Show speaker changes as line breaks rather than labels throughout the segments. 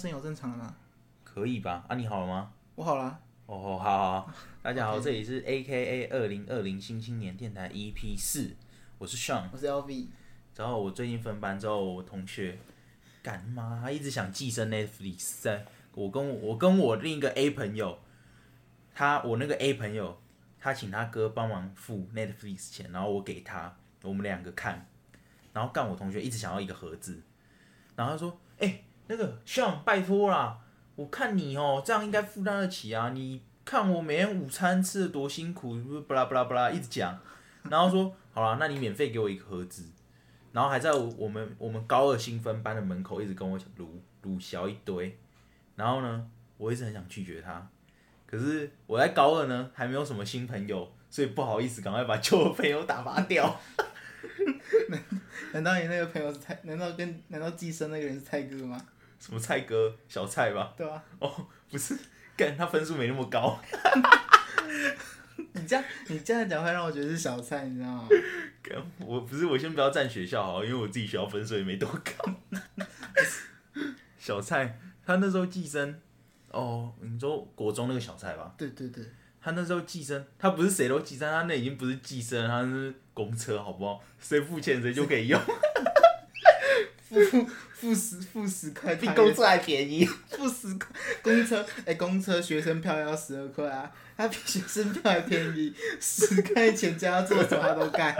声音有正常的吗？
可以吧？啊，你好了吗？
我好了，
哦，好好好，大家好，这里是 A K A 二零二零新青年电台 E P 四，我是 Sean。
我是 LV。
然后我最近分班之后，我同学干嘛？他一直想寄生 Netflix，在我跟我我跟我另一个 A 朋友，他我那个 A 朋友，他请他哥帮忙付 Netflix 钱，然后我给他，我们两个看，然后干我同学一直想要一个盒子，然后他说：“哎、那个 Sean，拜托啦，我看你哦，这样应该负担得起啊，你看我每天午餐吃的多辛苦，不啦不啦不啦，一直讲，然后说好啦，那你免费给我一个盒子。”然后还在我们我们高二新分班的门口一直跟我鲁鲁小一堆，然后呢，我一直很想拒绝他，可是我在高二呢还没有什么新朋友，所以不好意思，赶快把旧的朋友打发掉。
难道你那个朋友是泰？难道跟难道寄生那个人是泰哥吗？
什么蔡哥、小蔡吧？
对啊，
哦，不是，干他分数没那么高，
你这样你这样讲话让我觉得是小蔡，你知道吗？
干我不是我先不要占学校好了，因为我自己学校分数也没多高。 小蔡他那时候寄生，哦，你说国中那个小蔡吧？
对对对，
他那时候寄生，他不是谁都寄生，他那已经不是寄生，他是公车，好不好？谁付钱谁就可以用，
付付付十付十块台币，
车还便宜。
付十块公车，哎、公车学生票要十二块啊，他比学生票还便宜，十块钱叫他做什么他都干。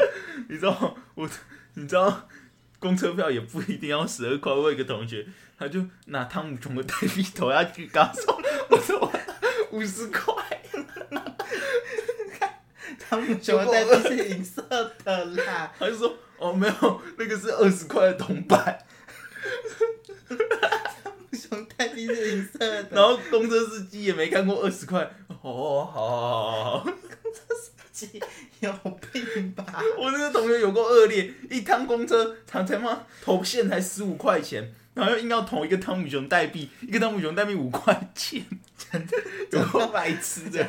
你知道我，你知道公车票也不一定要十二块。我有一个同学，他就拿汤姆熊的代币投下去，刚说，我说我五十块，
汤姆熊的代币是银色的啦，
他就说哦没有，那个是二十块的铜板，
汤姆熊代币是银色的。
然后公车司机也没看过二十块，哦，好好好好好。
有病吧？
我那个同学有够恶劣，一趟公车他他妈头线才十五块钱，然后又硬要投一个汤姆熊代币，一个汤姆熊代币五块钱，有够白痴啊的。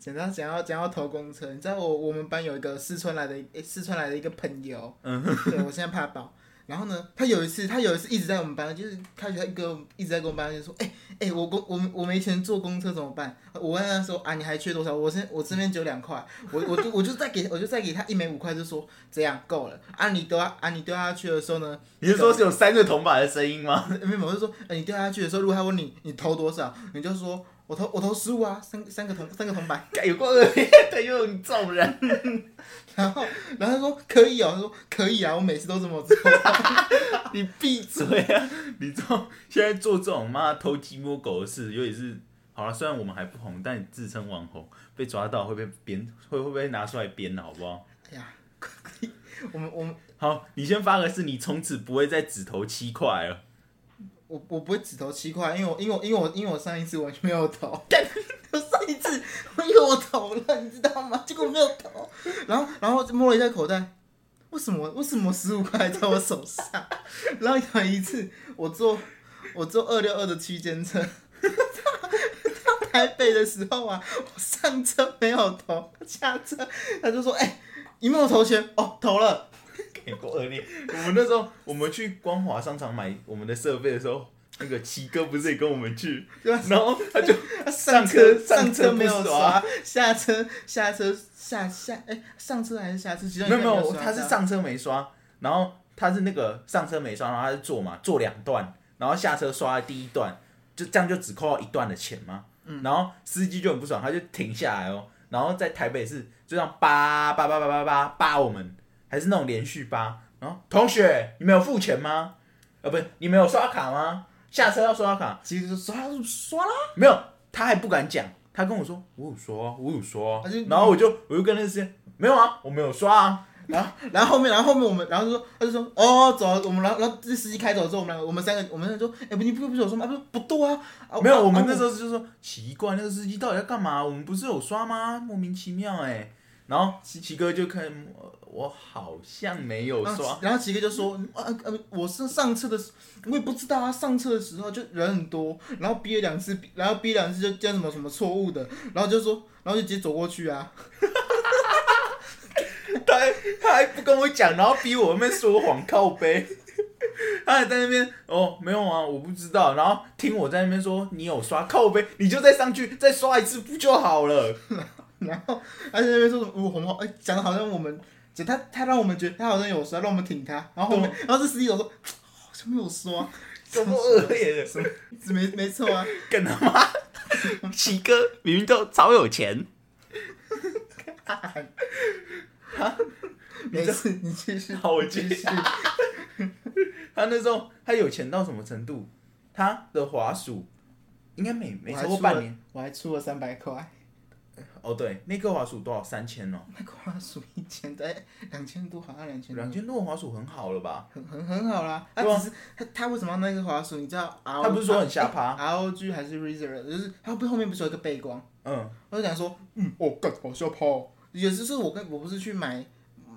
讲到讲到讲到投公车，你知道我我们班有一个四川来的，诶、四川来的一个朋友，
嗯
对我现在怕爆。然后呢，他有一次，他有一次一直在我们班，就是开学他一个一直在跟我们班就说，哎、哎、我公我我没钱坐公车怎么办？哎我问他说啊，你还缺多少？我现我这边只有两块，我我就 我就再给我就再给他一枚五块，就说这样够了。啊，你丢啊啊，你丢下去的时候呢，
你是说是有三个铜板的声音吗？
没有，我就说，哎、你掉下去的时候，如果他问你你投多少，你就说我投我投十五啊，三三个铜三个铜板。
干有够恶劣的，又有这种人，啊
然后然后他说可以哦，他说可以啊，我每次都这么做。
你闭嘴啊！你知道现在做这种妈偷鸡摸狗的事，尤其是好了，虽然我们还不红，但你自称网红被抓到会被编，会会不会拿出来编的好不好？
哎呀，我们我们
好，你先发个誓，你从此不会再只投七块了。
我我不会只投七块，因为我因为我因为我因为我上一次完全没有投， 我上一次我以为我投了，你知道吗？结果没有投，然后然后就摸了一下口袋，为什么为什么十五块在我手上？ 然后有一次我坐我坐二六二的区间车。到台北的时候啊，我上车没有投，下车他就说：“哎、你没有投钱哦，投了。
给够恶劣！ 我们那时候我们去光华商场买我们的设备的时候，那个奇哥不是也跟我们去，
对
然后他就
他
上
上
车
车
上
上
车
车
不啊
没有
刷
刷，下车下车下下哎、上车还是下车？其中一
没有
个
没
有
有，
刷
他是
到
上车没刷，然后他是那个上车没刷，然后他是坐嘛，坐两段，然后下车刷第一段，就这样就只扣到一段的钱嘛。
嗯
然后司机就很不爽，他就停下来哦，然后在台北市就这样叭叭叭叭叭叭叭我们，还是那种连续叭。然后同学，你们有付钱吗？呃，不是，你们有刷卡吗？下车要刷卡，
其实就刷刷啦，
没有，他还不敢讲，他跟我说我有刷、啊，我有刷、啊
他就，
然后我就我就跟那些没有啊，我没有刷啊。
然后然后后面然后后面我们然后就说他就说哦走啊，我们然后然后这司机开走之后，我们两我们三个我们三个说哎、不你不不是我说吗？他说不对啊，啊
没有，
啊
我们
啊
那时候就说奇怪，那个司机到底在干嘛？我们不是有刷吗？莫名其妙哎、然后奇奇哥就看呃我好像没有
然后
刷，
然后奇哥就说：“啊啊，我是上车的时，我也不知道啊。上车的时候就人很多，然后憋两次，然后憋两次就叫什么什么错误的，然后就说，然后就直接走过去啊。
他还他还不跟我讲，然后逼我们说谎靠背。他还在那边哦，没有啊，我不知道。然后听我在那边说你有刷靠背，你就再上去再刷一次不就好了？
然后他在那边说什么我红包，哎、讲的好像我们，就他他让我们觉得他好像有刷，让我们挺他。然后后面，然后是司机手说好像没有刷，
这么恶劣的，
没没错啊。
跟他妈 奇哥明明都超有钱，
没事，你继续。
好我继
继
续
续。
他那时候他有钱到什么程度？他的滑鼠应该没没超过半年。
我还出了三百块，
哦，对，那颗滑鼠多少？三千哦，
那个花鼠啊一千多，哎，两千多，好像两千多。
两千多的滑鼠很好了吧？
很很很好啦，他
对啊
只是他他为什么要那个滑鼠？你知道 R
他不是说很下趴
R O G 还是 Razer，就是他不是后面不是有一个背光？
嗯，
我就想说，嗯，哦，干好下趴、哦。也是是我跟我不是去买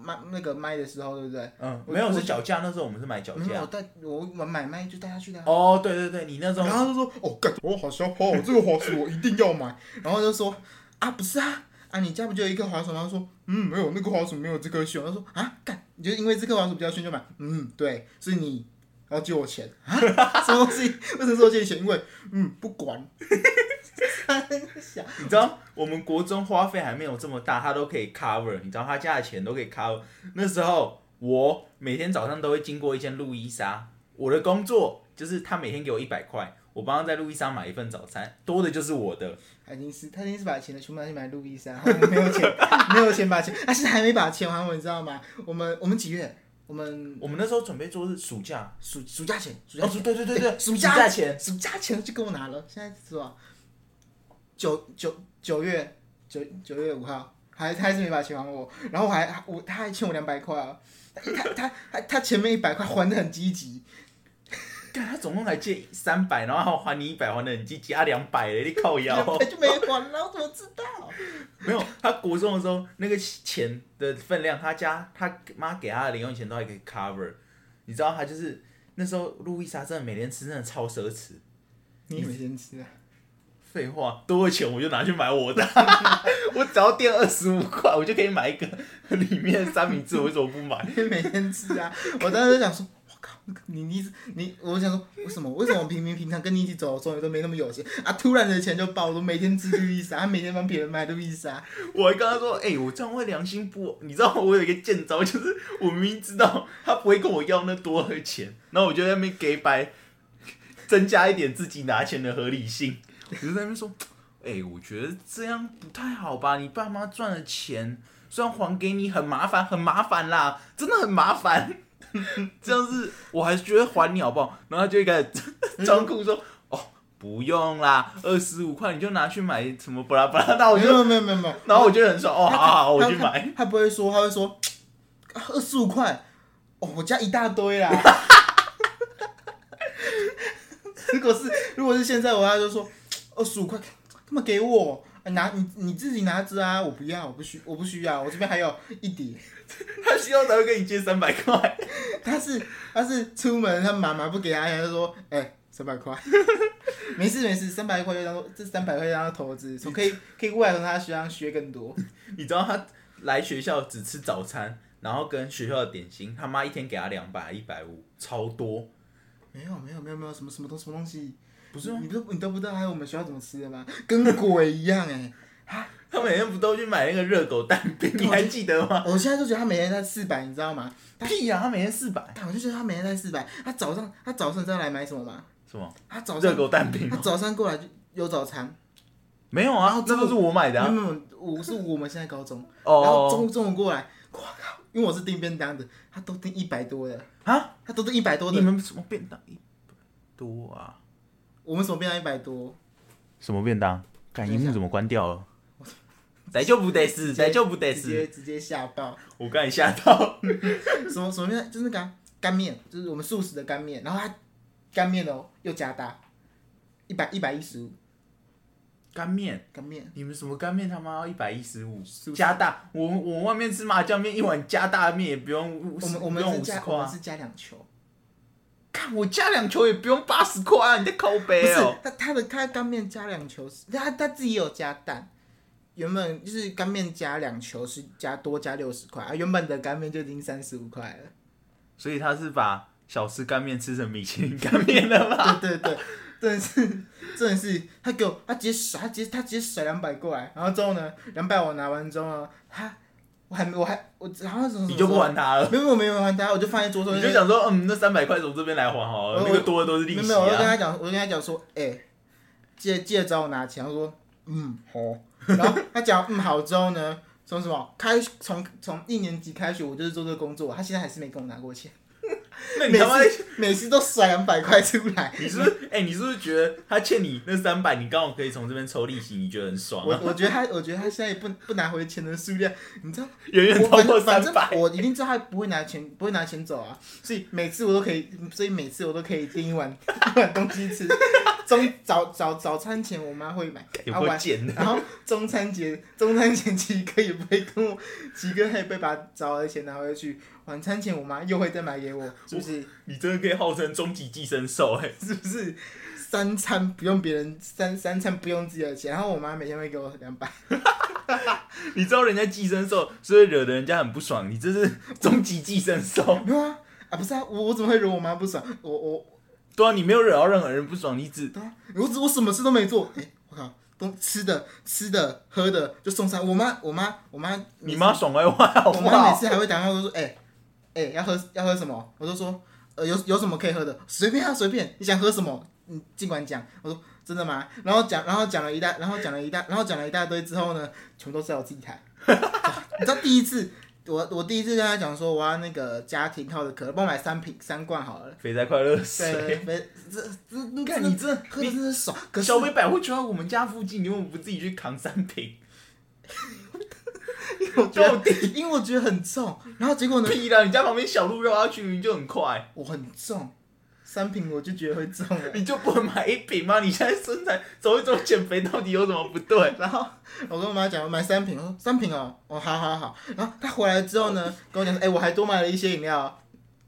麦那个麦的时候，对不对？
嗯，
我
没有
我
是脚架，那时候我们是买脚
没有，
架
我。带我我买麦就带他去的啊、
哦，对对对，你那时
然
候
后他就说，哦，干我好下趴、哦，这个滑鼠我一定要买。然后就说，啊，不是啊。啊，你家不就有一颗滑鼠吗？他说，嗯，没有，那个滑鼠没有这颗炫。他说，啊，干，你就因为这颗滑鼠比较炫就买，嗯，对，所以你要借我钱啊？什么东西？为什么说借你钱？因为，嗯，不管。
你知道我们国中花费还没有这么大，他都可以 cover，你知道他家的钱都可以 cover。那时候我每天早上都会经过一间路易莎，我的工作就是他每天给我一百块，我帮他在路易莎买一份早餐，多的就是我的。
他已经是他已经是把钱的全部拿去买路易莎，然后我们没有钱，没有钱把钱，他、啊、是还没把钱还我，你知道吗？我们我们几月？我们
我们那时候准备做是暑假，
暑暑假前，暑假
哦，
前
暑对对 对对，
暑
假
假
钱，
暑假前就跟我拿了，现在是多少？九九九月九九月五号，还他还是没把钱还我，然后我还我他还欠我两百块啊，他他他他前面一百块还的很积极，
干他总共才借三百，然后还你一百，还的很积极，啊两百嘞，你靠腰
两。百就没还，然后怎么知道？
没有，他国中的时候那个钱的分量，他家他妈给他的零用钱都还可以 cover。你知道他就是那时候路易莎真的每天吃真的超奢侈。
你也没先吃啊？
废话，多的钱我就拿去买 我的，我只要垫二十五块，我就可以买一个里面的三明治，我为什么不买？
你也没先吃啊？ 我当时就想说。我靠，那个你你你，我想说，为什么为什么平平平常跟你一起走的时候，你都没那么有钱啊？突然的钱就爆，我每天吃路易莎，每天帮别人买路易 莎，
我还跟他说，哎、我这样会良心不？你知道我有一个见招，就是我明明知道他不会跟我要那多的钱，然后我就在那边给白，增加一点自己拿钱的合理性。我就在那边说，哎、我觉得这样不太好吧？你爸妈赚的钱虽然还给你很麻烦，很麻烦啦，真的很麻烦。 这样子我还觉得还你好不好？然后他就一个装酷说，哦，不用啦，二十五块你就拿去买什么巴拉巴拉。那我
没
就
有没有没有没有，
然后我就很爽，哦，好好好，我
他
去买。
他。他不会说，他会说二十五块，哦，我家一大堆 啦。如果是如果是现在我，他就说二十五块，他妈给我。啊拿你你自己拿着啊！我不要，我不需我不需要，我这边还有一叠。
他需要才会跟你借三百块，
他是他是出门，他妈妈不给他，他就说：“哎、三百块， 没事没事，三百块就当做这三百块就当做投资，可以 可以未来从他身上学更多。”
你知道他来学校只吃早餐，然后跟学校的点心，他妈一天给他两百、一百五，超多。
没有没有没有没有什么什么东什么东西，
不是吗
你你都你都不知道还有我们学校怎么吃的吗？ 跟鬼一样哎、
他每天不都去买那个热狗蛋饼，你还记得吗？
我现在就觉得他每天在四百，你知道吗？
屁呀、他每天四百，
但我就觉得他每天在四百。他早上他早上知道来买什么吗？
什么
他早
热
上
狗蛋饼哦
他？早上过来就有早餐，
没有啊，那都是我买
没
的
有
啊。
没有，我是我们现在高中，然后中
哦
午中午过来，哇靠，因为我是订便当的，他都订一百多的，
啊，
他都订一百多
你
的，
们什么便当一百多啊？
我们什么便当一百多？
什么便当？感
等一下
怎么关掉了？逮就不得死，逮就不得
直接
死！
直接吓爆。
我刚才吓到，
什么什么面就是那个啊干面，就是我们素食的干面，然后它干面哦又加大一百一百一十五，
干面，
干面，
你们什么干面他妈一百一十五
是不是
加大，我我外面吃麻酱面一碗加大面也不用五
我
十，
们我
不
们
用
是
五十
加
块
我们
啊，
是加两球，
看我加两球也不用八十块啊，你在抠
不
杯
是
哦，
他他的他的干面加两球是，他他自己有加蛋。原本就是干面加两球是加多加六十块啊，原本的干面就已经三十五块了。
所以他是把小吃干面吃成米其林干面了吗？
对对对，真的是，真的是，他给我，他直接甩，他直接他直接甩两百过来，然后之后呢，两百我拿完之后呢，他我还没我还我，然后什么
你就不，还他了。
没有没有没有还他，我就放在桌上，
你就想说，嗯，那三百块从这边来还好了，
我
那个多的都是
没
利
有
息
没有，我就跟
啊。
他讲，我就跟他讲说，哎、记得记得找我拿钱，他说嗯好，然后他讲嗯好之后呢，从什么开从从一年级开学我就是做这个工作，他现在还是没跟我拿过钱，
那你
每
他妈，
次每次都甩两百块出来，
你是不是哎，你是不是觉得他欠你那三百，你刚好可以从这边抽利息，你觉得很爽
我
啊？
我觉得他，我觉得他现在也不不拿回钱的数量，你 知道，
远远
我
超
反
过
正反
三
正
百。
我一定知道他不会拿钱，不会拿钱走啊，所以每次我都可以，所以每次我都可以订一碗 一碗东西吃。中早早早餐前我妈会买，
有
啊
够
晚，
贱的，
然后中餐节中餐前奇哥也不会跟我，奇哥他也不会把找来的钱拿回去。晚餐前我妈又会再买给我，是不是？
你真的可以号称终极寄生兽哎！
是不是？三餐不用别人三三餐不用自己的钱，然后我妈每天会给我两百，
你知道人家寄生兽是会惹得人家很不爽，你这是 终极寄生兽。
没有啊，啊不是啊，我我怎么会惹我妈不爽？我我
对啊，你没有惹到任何人不爽，你只
对啊，我只我什么事都没做，哎、我靠，都吃的吃的喝的就送上，我妈我妈我妈，
你妈爽歪歪好
我
不
妈每
好？
次还会打电话说，哎、哎、要喝要喝什么？我就说，呃有有什么可以喝的，随便啊随便，你想喝什么，你尽管讲。我说真的吗？然后讲然后讲了一大然后讲了一大然后讲了一大堆之后呢，全部都是我自己抬。你知道第一次。我我第一次跟他讲说我要那个家庭号的可乐，帮我买三瓶三罐好了。
肥宅快乐
对
水，，
没这这你
看你这
喝的真的爽，可是
小北百货就在我们家附近，你为什么不自己去扛三瓶？
我觉得， 因为我觉得很重，然后结果呢，
屁啦！你家旁边小鹿绕下去明明就很快，
我很重，三瓶我就觉得会重 了，
你就不能买一瓶吗？你现在身材走一走减肥到底有什么不对？
然后我跟我妈讲我买三瓶，我说三瓶哦，哦好好好，然后她回来之后呢，跟我讲说，哎、我还多买了一些饮料哦，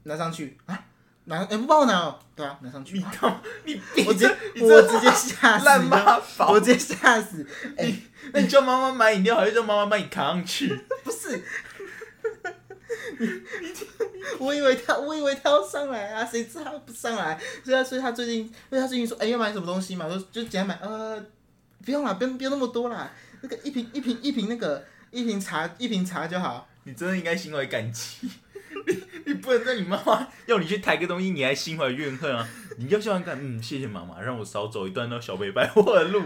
拿上去啊，拿哎、不帮我拿哦，对啊，拿上去，
你你
我直
这
接
你
我
这
直接吓死，
烂
你知道吗
妈宝
我直接吓死，哎、
你叫妈妈买饮料，还是叫妈妈帮你扛上去？
不是。我以为他，我以为他要上来啊，谁知道他不上来，所以他，所以他最近，所以他最近说，哎、要买什么东西嘛？我说就简单买，呃，不用啦，不用不用那么多啦，那个一瓶一瓶一瓶那个一瓶茶一瓶茶就好。
你真的应该心怀感激。 你你不能在你妈妈要你去抬个东西，你还心怀怨恨啊！你要心怀感，嗯，谢谢妈妈，让我少走一段到小北百货的路。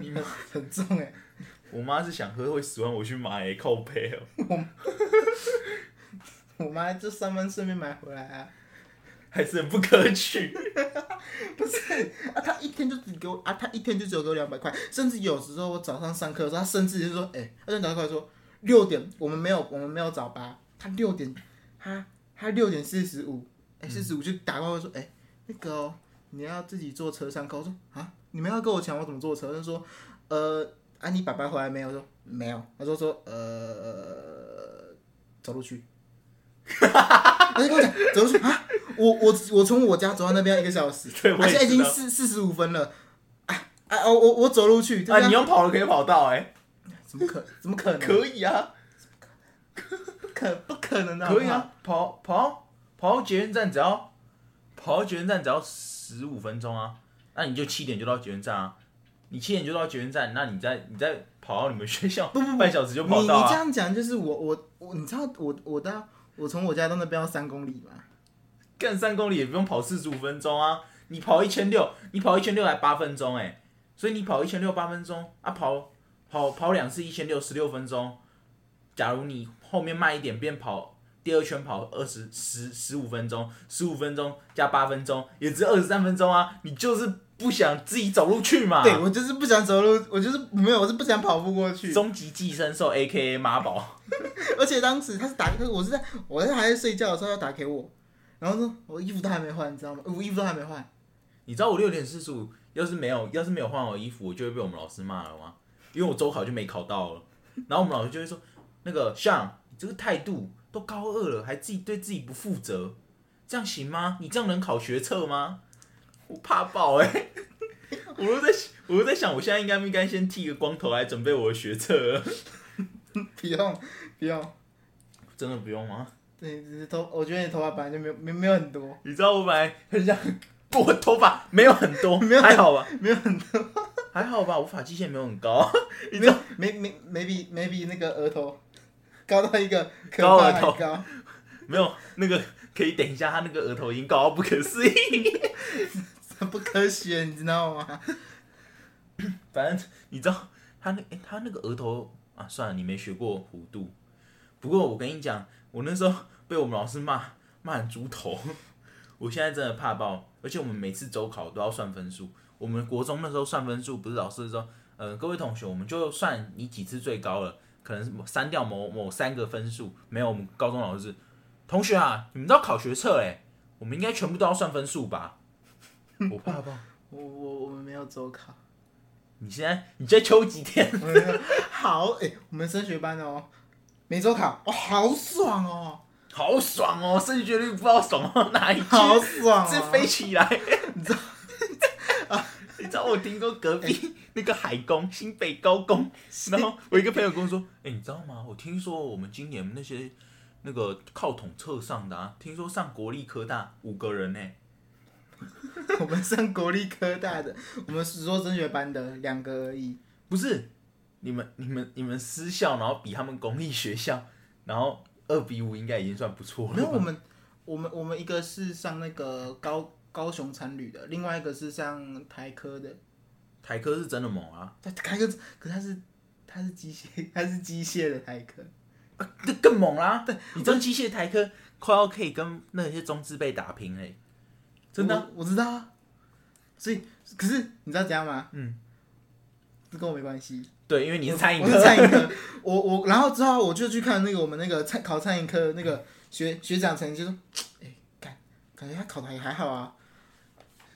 你们很重哎、
我妈是想喝会死完我去买、靠背哦、
我妈就上班顺便买回来啊。
还是很不可取。
不是啊，他一天就只给我啊，他一天就只有给我两百块，甚至有时候我早上上课的时候，他甚至就说，哎、他就拿过来说六点我们没有我们没有早八，他六点他他六点四十五，
嗯
哎四十五就打过来说，哎、那个、哦、你要自己坐车上课，我说啊你们要跟我抢我怎么坐车？他就说呃啊你爸爸回来没有？我说没有，他说说呃走路去。 他就跟我讲，走路去啊！我我我从我家走到那边要一个小时，
对我
而
也
且已经
知道
四四十五分了，啊啊！哦我我走路去，对不
啊，
对
你用跑的可以跑到哎、
怎么可怎么可能？
可以啊，
不可不可能的，
可
好
以
不好。
啊，跑跑跑到捷运站只要跑到捷运站只要十五分钟啊，那你就七点就到捷运站啊，你七点就到捷运站，那你再你再跑到你们学校，
不不不
半小时就跑
你你
到
这
啊，
样讲就是我我我，你知道我我到我从我家到那边要三公里嘛？
干三公里也不用跑四十五分钟啊，你跑一千六，你跑一千六还八分钟哎、所以你跑一千六八分钟啊，跑跑跑两次一千六十六分钟，假如你后面慢一点，变跑第二圈跑二十十十五分钟，十五分钟加八分钟也只二十三分钟啊，你就是不想自己走路去嘛？
对，我就是不想走路，我就是没有，我是不想跑步过去。
终极寄生兽 A K A 妈宝，
而且当时他是打，我是在我在还在睡觉的时候要打给我，然后说我衣服都还没换，你知道吗？我衣服都还没换，
你知道我六点四十五要是没有，要是没有换好衣服，我就会被我们老师骂了吗？因为我周考就没考到了。然后我们老师就会说，那个像你这个态度，都高二了，还自己对自己不负责，这样行吗？你这样能考学测吗？我怕爆哎、 我都在，我都在想，我现在应该不应该先剃个光头来准备我的学测了？
不用不用，
真的不用吗？
对，只是头，我觉得你头发本来就没有没没有很多，
你知道我本来很想，我头发没有很多，
没有很
还好吧，
没有很多，
还好吧，我发际线没有很高，你
没
知道
有没没没比没比那个额头高到一个可
高
怕
额
还
头
高，
没有那个可以等一下，他那个额头已经高到不可思议。
不科学，你知道吗？
反正你知道他那、诶他那个额头啊，算了，你没学过弧度。不过我跟你讲，我那时候被我们老师骂骂成猪头， 我现在真的怕爆。而且我们每次周考都要算分数，我们国中那时候算分数，不是老师说，呃，各位同学，我们就算你几次最高了，可能是某删掉某某三个分数。没有，我们高中老师是，同学啊，你们都要考学测哎、我们应该全部都要算分数吧？ 我怕爆。
我我我们没有周考，
你现在你在抽几天？
我们没有 好哎、我们升学班哦，没周考，哦，好爽哦，
好爽哦！升学率不知道爽 到哪里去，
好爽、哦，
这飞起来。你知道，你知道我听说隔
哎
壁那个海工新北高工，然后我一个朋友跟我说，哎、你知道吗？我听说我们今年那些那个靠统测上的啊，听说上国立科大五个人呢、
我们上国立科大的，我们是说升学班的两个而已，
不是你们你们你们私校，然后比他们公立学校，然后二比五应该已经算不错了吧。
没有我们我们我们一个是上那个高高雄参旅的，另外一个是上台科的，
台科是真的猛啊，
但台科可是他是他是机械 他是机械的台科，
啊那更猛啦！对，你知道机械台科快要可以跟那些中资辈打平嘞、欸真的啊、
我我知道啊，所以可是你知道怎样吗？
嗯，
这跟我没关系，
对，因为你是餐饮
我是
科，
餐饮科，我我然后之后我就去看那个我们那个餐考餐饮科的那个学学长成绩，就说，哎、感感觉他考的也还好啊，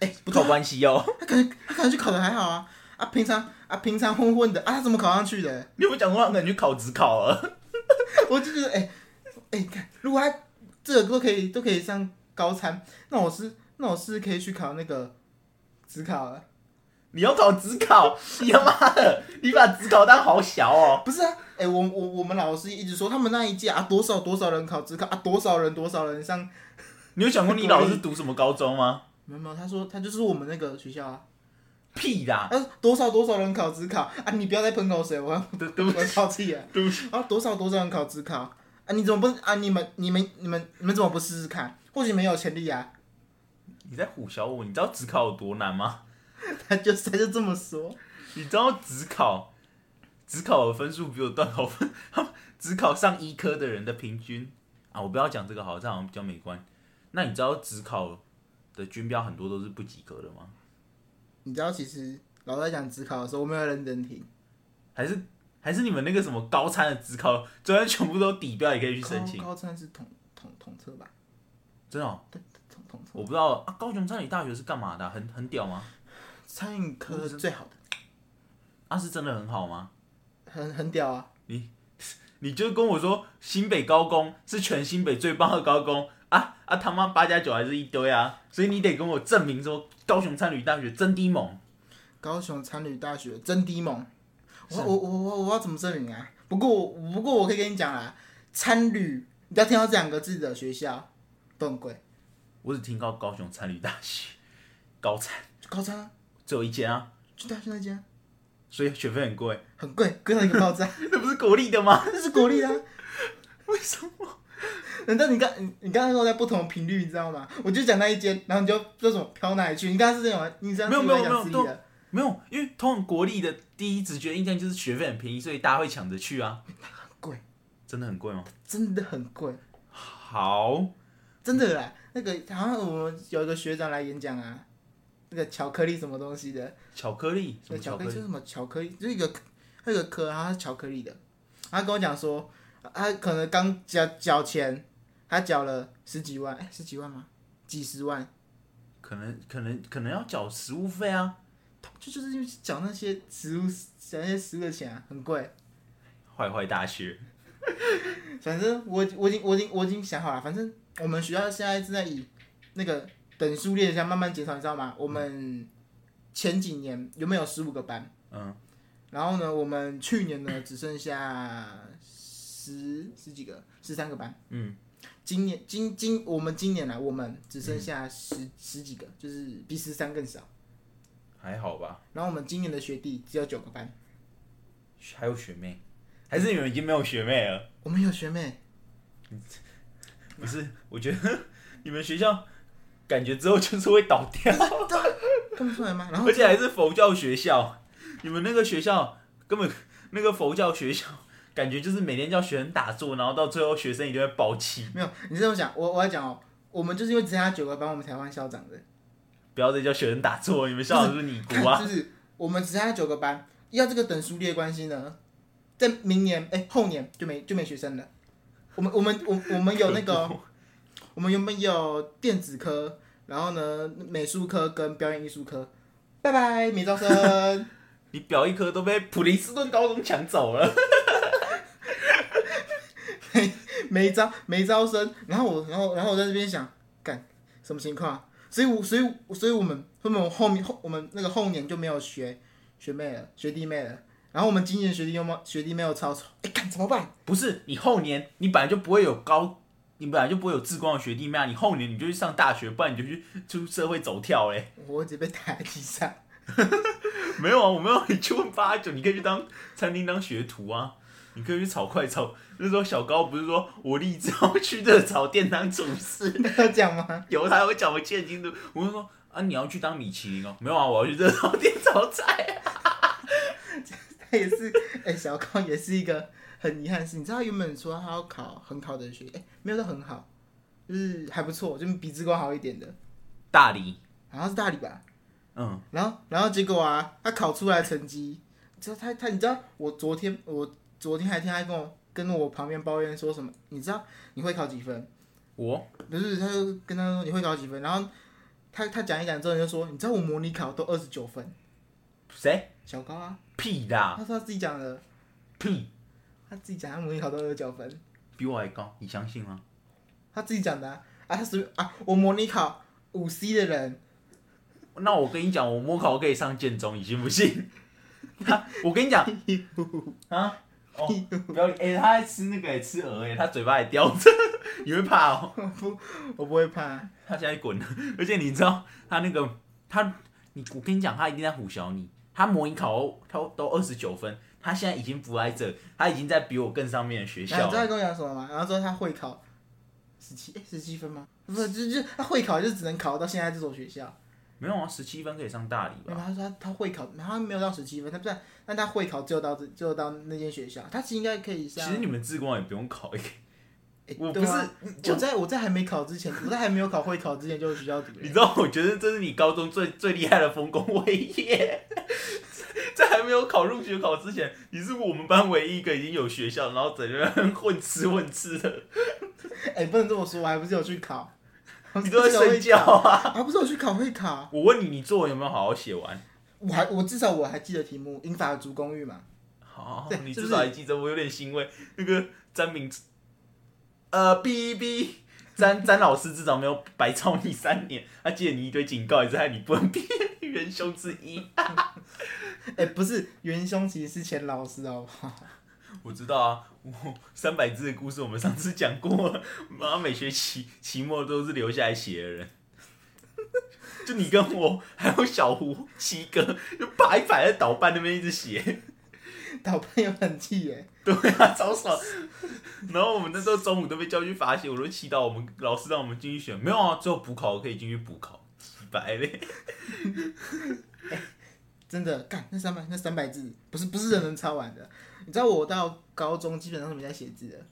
哎、不
不
对
靠
啊，
关系 哦。
他感觉他感觉考的还好啊，啊平常啊平常混混的啊，他怎么考上去的？
你有没有讲过他可能去考职考了？
我就觉得哎哎、看如果他这个都可以都可以上高餐，那我是那我是可以去考那个职考了，
你要考职考，你他妈的，你把职考当好小哦。
不是啊？哎、我我我们老师一直说他们那一届啊多少多少人考职考啊多少人多少人上
你有想过你老师读什么高中吗？
没有没有，他说他就是我们那个学校啊，
屁啦，
他说多少多少人考职考啊，你不要再喷口水，我要
对对
我
不起
要爆气啊！
对不
啊，多少多少人考职考啊，你怎么不啊？你们你们你们你们怎么不试试看？或许你们有潜力啊！
你在唬小我？你知道职考有多难吗？
他就他就这么说，
你知道职考，职考的分数比我段考分， 他们职考上医科的人的平均啊，我不要讲这个好，这好像比较美观。那你知道职考的军标很多都是不及格的吗？
你知道其实老在讲职考的时候，我没有认真听，
还是还是你们那个什么高参的职考，就算全部都底标也可以去申请？
高高三是统统统测吧？
真的哦、
对，统统测
我不知道啊。高雄餐饮大学是干嘛的啊、很很屌吗？
餐饮科是最好的，
啊，是真的很好吗？
很很屌啊！
你就跟我说新北高工是全新北最棒的高工啊啊他妈八加九还是一堆啊，所以你得跟我证明说高雄餐旅大学真低猛。
高雄参旅大学真低猛，我我我我我要怎么证明啊？不过我不过我可以跟你讲啦，参旅你只要听到这两个字的学校都很贵，
我只听到高雄餐旅大学高餐
就高三啊，
只有一间啊，
就大学那间
所以学费很贵。
很贵，贵到一个爆炸，
那不是国立的吗？
这是国立的、啊。
为什么？
难道你刚你你刚才说在不同的频率，你知道吗？我就讲那一间，然后你就说什么飘哪里去？你刚才是这种，你这样
没有
是
没有
在讲
没有
私立
都
的，
没有，因为通常国立的第一直觉印象就是学费很便宜，所以大家会抢着去啊。
很贵，
真的很贵吗？
真的很贵。
好，
真的啦，那个好像我们有一个学长来演讲啊，那个巧克力什么东西的，
巧克力什
对，
么
巧
巧
克
克
力就
力？
是什么巧克力，就是一个它有一个壳，然后它是巧克力的。他跟我讲说，啊他可能刚缴缴钱，他缴了十几万，哎、十几万吗？几十万，
可能可能可能要缴食物费啊，
就就是因为讲那些食物，讲那些食物的钱啊，很贵。
坏坏大学，
反正我已我已经我已经我已经想好了，反正我们学校现在正在以那个等数列这样慢慢减少，你知道吗？我们前几年原本有十五个班，
嗯，
然后呢，我们去年呢只剩下十十几个，十三个班。
嗯，
今年今今我们今年来，啊我们只剩下十、十几个，就是比十三更少。
还好吧。
然后我们今年的学弟只有九个班，
还有学妹，还是你们已经没有学妹了？
我们有学妹，
不是，我觉得 你们学校感觉之后就是会倒掉，
看不出来吗？然后
而且还是佛教学校。你们那个学校根本那个佛教学校，感觉就是每天叫学生打坐，然后到最后学生一定会爆气。
没有，你这么想，我我要讲哦，我们就是因为只剩下九个班，我们才换校长的。
不要再叫学生打坐，你们校长是不是你姑啊？
就是我们只剩下九个班，要这个等数列关系呢，在明年哎、后年就没就没学生了。我们我们我我们有那个哦，我们原本有电子科，然后呢美术科跟表演艺术科，拜拜没招生。
你表一科都被普林斯顿高中抢走了。
没招没招生，然后我然后然后我在这边想，干什么情况啊、所以我所以我所以我们后面我们后面后我们那个后年就没有学学妹了，学弟妹了。然后我们今年学弟又没有学弟妹又超丑，哎干怎么办？
不是你后年你本来就不会有高，你本来就不会有志光的学弟妹啊，你后年你就去上大学，不然你就去出社会走跳嘞。
我直接被打在地上。
没有啊，我没有，你去问八九，你可以去当餐厅当学徒啊，你可以去炒快炒。那时候小高不是说我立志要去热炒店当厨师，
那要讲吗？
有他会讲我现金的，我就说啊你要去当米其林哦，没有啊，我要去热炒店炒菜。
他也是， 哎、小高也是一个很遗憾的事。你知道他原本说他要考很好的学，哎、没有到很好，就是还不错，就是比志光好一点的，
大理，
好像是大理吧。
嗯，
然后，然后结果啊，他考出来成绩，你知道他他，你知道我昨天我昨天还听他跟我跟我旁边抱怨说什么？你知道你会考几分？
我
不是，他就跟他说你会考几分，然后他他讲一讲之后你就说，你知道我模拟考都二十九分，
谁
小高啊，
屁啦
他说他自己讲的，
屁，
他自己讲他模拟考都二十九分。
比我还高，你相信吗？
他自己讲的啊，啊他随便啊，我模拟考五 C 的人，
那我跟你讲，我摸考可以上建中，你信 不信？他，我跟你讲啊，哦，不要，哎、他还吃那个、哎吃鹅，哎，他嘴巴还叼着， 你会怕哦？
我不会怕。
他现在滚了，而且你知道他那个他，你我跟你讲，他一定在唬小你。他模拟考他都二十九分，他现在已经不在这，他已经在比我更上面的学
然后
校
你知道
了。
他跟我讲什么吗？然后说他会考十七，哎，十七分吗？不是，就就他会考就只能考到现在这所学校。
没有啊，十七分可以上大理吧
然？后他说他他会考，他没有到十七分，他不是，但他会考只有到这，只有到那间学校，他其实应该可以
其
上。
实你们志光也不用考，哎
诶
我
对啊
不是
我在我在还没考之前，我在还没有考会考之前就有学校读
你
了。
知道，我觉得这是你高中最最厉害的丰功伟业，在还没有考入学考之前，你是我们班唯一一个已经有学校，然后整个人混吃混吃的，
哎、不能这么说，我还不是有去 考，
你都在睡觉啊！
还不是有去考会考。
我问你，你作文有没有好好写完？
我还我至少我还记得题目《英法族公寓》嘛，
好
对，
你
是不是
至少还记得，我有点欣慰。那个詹明，呃，B B，詹 詹老师至少没有白操你三年，他记得你一堆警告，也是害你不能毕业元凶之一。
哎、不是元凶其实是前老师，好不好？
我知道啊， 我三百字的故事我们上次讲过了， 妈每学期期末都是留下来写的人， 就你跟我还有小胡七哥，就排一排在导班那边一直写，
导班有很气耶，
对啊，超爽。 然后我们那时候中午都被叫去罚写，我都祈祷我们老师让我们进去选，没有啊，只有补考可以进去补考，几百嘞，
真的，干那三百那三百字不是不是人能抄完的。你知道我到高中基本上都没在写字的，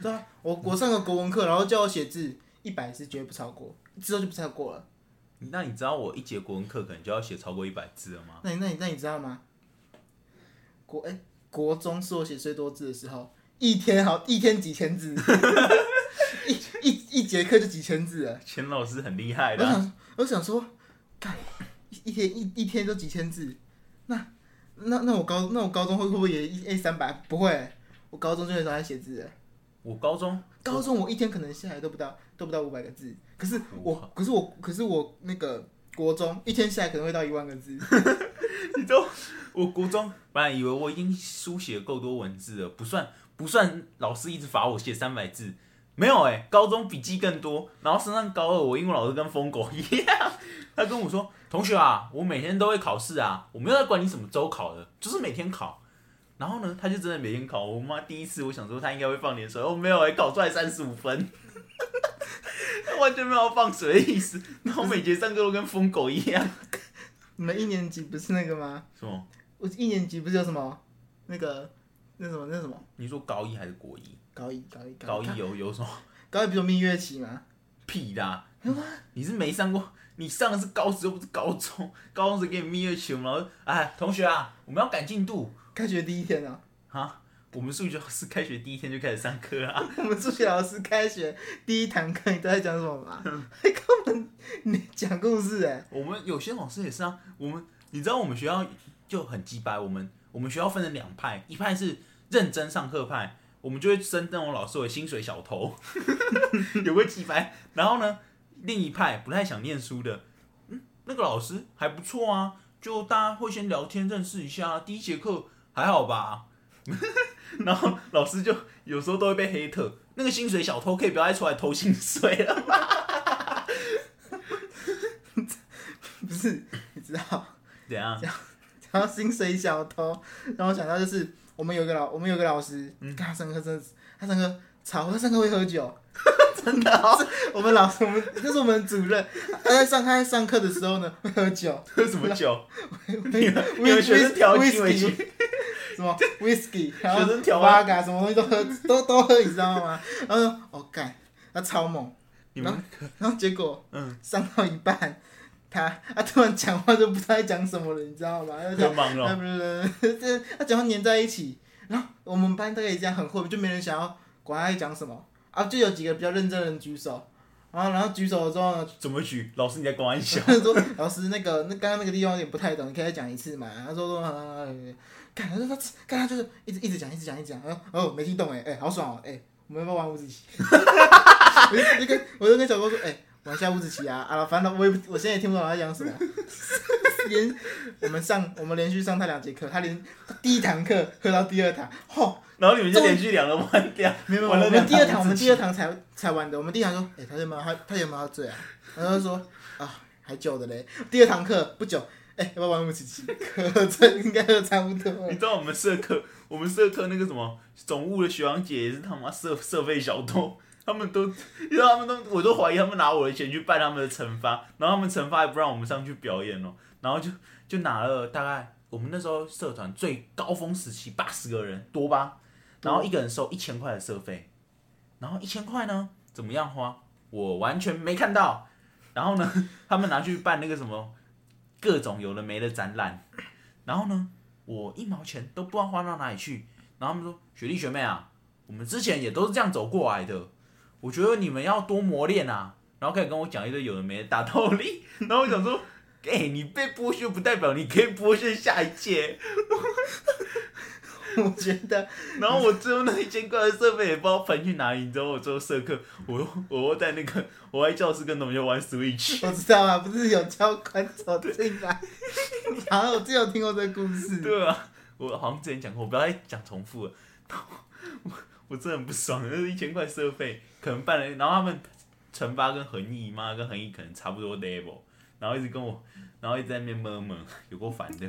对啊，我我上个国文课，然后叫我写字，一百字绝对不超过，之后就不超过了。
那你知道我一节国文课可能就要写超过一百字了吗？
那你那你那你知道吗？国哎、国中是我写最多字的时候，一天好一天几千字， 一一一节课就几千字了。
钱老师很厉害
我
的啊、
想，我想说，干，一一天一一天就几千字，那那那我高那我高中会会不会也一 A 三百？不会，我高中就很少在写字了。
我高中
高中我一天可能下来都不到都不到五百个字，可是
哇
我可是我可是我那个国中一天下来可能会到一万个字。
我国中本来以为我已经书写够多文字了，不算不算老师一直罚我写三百字，没有哎、高中笔记更多，然后升上高二，我英文老师跟疯狗一样， 他跟我说，同学啊，我每天都会考试啊，我没有在管你什么周考的，就是每天考。然后呢，他就真的每天考。我妈第一次，我想说他应该会放点水，哦，没有哎、考出来三十五分， 他完全没有要放水的意思。然后每节上课都跟疯狗一样，
你们一年级不是那个吗？
什么？
我一年级不是有什么那个那什么那什么
你说高一还是国一？
高一高一
高
一
一有有什么？
高一不是有蜜月期吗？
屁啦！你是没上过，你上的是高职又不是高中，高中只给你蜜月期，我们老师哎，同学啊，我们要赶进度
开学第一天啊，
啊！我们数学老师开学第一天就开始上课啊，
我们数学老师开学第一堂课，你知道在讲什么吗？还跟我们你讲故事哎、
我们有些老师也是啊，我们你知道我们学校就很鸡掰，我们我们学校分成两派，一派是认真上课派，我们就会升那种老师为薪水小偷， 有个鸡掰。然后呢，另一派不太想念书的，嗯，那个老师还不错啊，就大家会先聊天认识一下，啊第一节课还好吧。 然后老师就有时候都会被黑特，那个薪水小偷可以不要再出来偷薪水了。
不是，你知道，
怎样？
然后薪水小偷，让我想到就是我们有一个老我们有一个老师，干他上课真的是，他上课吵，他上课会喝酒。真的、哦， 我们老师，我们就是我们主任，他在上他在上课的时候呢，会喝酒，
喝什么 酒？
你
你们学生调鸡尾酒？
什么 whisky，然
学
后
生调啊
vodka 什么东西都喝，都都喝，你知道吗？然后说哦干，他超猛，
你们
然后结果
嗯
上到一半，他他突然讲话就不知道在讲什么了，你知道吗？他就
喝懵了，
他不是不是不是，他讲话粘在一起，然后我们班大概也这样很混，就没人想要管他在讲什么啊，就有几个比较认真的人举手，然后然后举手了之后呢，
怎么举？老师你在公安小？
他说老师那个那刚刚那个地方有点不太懂，你可以再讲一次嘛？他说说，啊看他说他看他就是一直一直讲一直讲一直讲，哦哦没听懂哎哎好爽哦哎，我们要不要玩五子棋？ 我就我就跟我就跟小郭说哎。玩一下五子棋啊啊！反正我也不我现在也听不懂他在讲什么。 连我们上我们连续上他两节课，他连第一堂课喝到第二堂，吼、
然后你们就连续两人玩掉，
没有，没有，
玩了
我们第二
两
堂我
次
们第二堂才才玩的，我们第一堂说，哎、他有没有他他有没有要醉啊？然后他说啊，还久的嘞。第二堂课不久，哎、要不要玩五十七？ 喝醉应该喝差不多
你
了。
知道我们社课，我们社课那个什么总务的学长姐也是他妈社社费小偷，他们都，你知道他们都，我都怀疑他们拿我的钱去办他们的惩罚，然后他们惩罚还不让我们上去表演哦，然后就就拿了大概我们那时候社团最高峰时期八十个人多吧，然后一个人收一千块的社费，然后一千块呢怎么样花，我完全没看到，然后呢 他们拿去办那个什么各种有的没的展览，然后呢。我一毛钱都不知道花到哪里去。然后他们说：“学弟学妹啊，我们之前也都是这样走过来的，我觉得你们要多磨练啊。”然后开始跟我讲一堆有的没的大道理， 然后我想说：“哎、你被剥削不代表你可以剥削下一届。
我觉得”
然后我最后那一千块的设备也不知道喷去哪里，你知道我最后社课，我又我又在那个我在教室跟同学玩 Switch，
我知道啊，不是有教官走进来， 然后我只有听过这个故事。
对啊，我好像之前讲过，我不要再讲重复了。 我我 真的很不爽，那一千块社费可能办了，然后他们惩罚跟恒毅妈跟恒毅可能差不多 level，然后一直跟我，然后一直在那边闷闷， 有够烦的。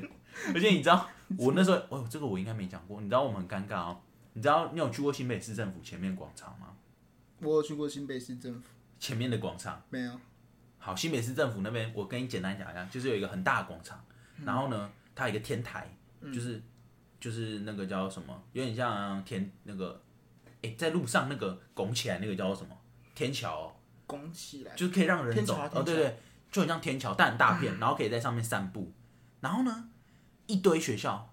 而且你知道，我那时候，哦，这个我应该没讲过。你知道我们很尴尬哦。你知道你有去过新北市政府前面广场吗？
我有去过新北市政府，
前面的广场。
没有，
好，新北市政府那边，我跟你简单讲一下，就是有一个很大的广场，
嗯
然后呢，它有一个天台，就是、就是那个叫什么，有点像天那个，哎、在路上那个拱起来那个叫做什么天桥哦、
拱起来，
就是可以让人
天
走
桥啊。嗯天
哦，对对，就很像天桥，但很大片，然后可以在上面散步。然后呢，一堆学校，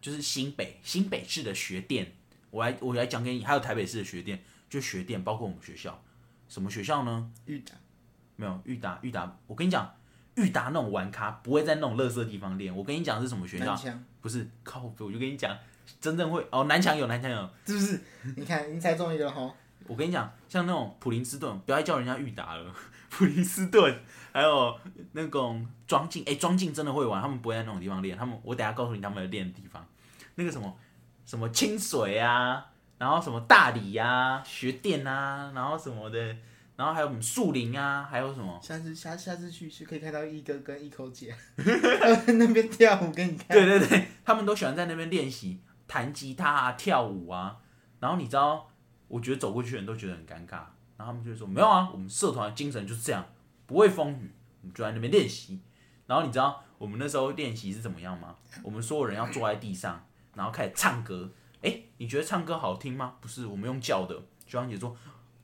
就是新北新北市的学店，我来我来讲给你，还有台北市的学店，就学店，包括我们学校，什么学校呢？
裕达
没有裕达，裕达，我跟你讲，裕达那种玩咖不会在那种垃圾地方练。我跟你讲是什么学
南
校？
墙
不是靠北，我就跟你讲，真正会哦，南墙有南墙有。
是不是？你看，你猜中一个了哈。
我跟你讲，像那种普林斯顿，不要再叫人家裕达了， 普林斯顿，还有那种庄敬，哎、庄敬真的会玩，他们不会在那种地方练，他们我等一下告诉你他们的练的地方，那个什么什么清水啊，然后什么大理呀、啊、学店啊，然后什么的，然后还有什么树林啊，还有什么，
下次下下次去是可以看到一哥跟一口姐 那边跳舞给你看。
对对对，他们都喜欢在那边练习弹吉他啊、跳舞啊。然后你知道，我觉得走过去的人都觉得很尴尬，然后他们就会说没有啊，我们社团的精神就是这样，不畏风雨，我们就在那边练习。然后你知道我们那时候练习是怎么样吗？我们所有人要坐在地上，然后开始唱歌。哎，你觉得唱歌好听吗？不是，我们用叫的。学长姐说，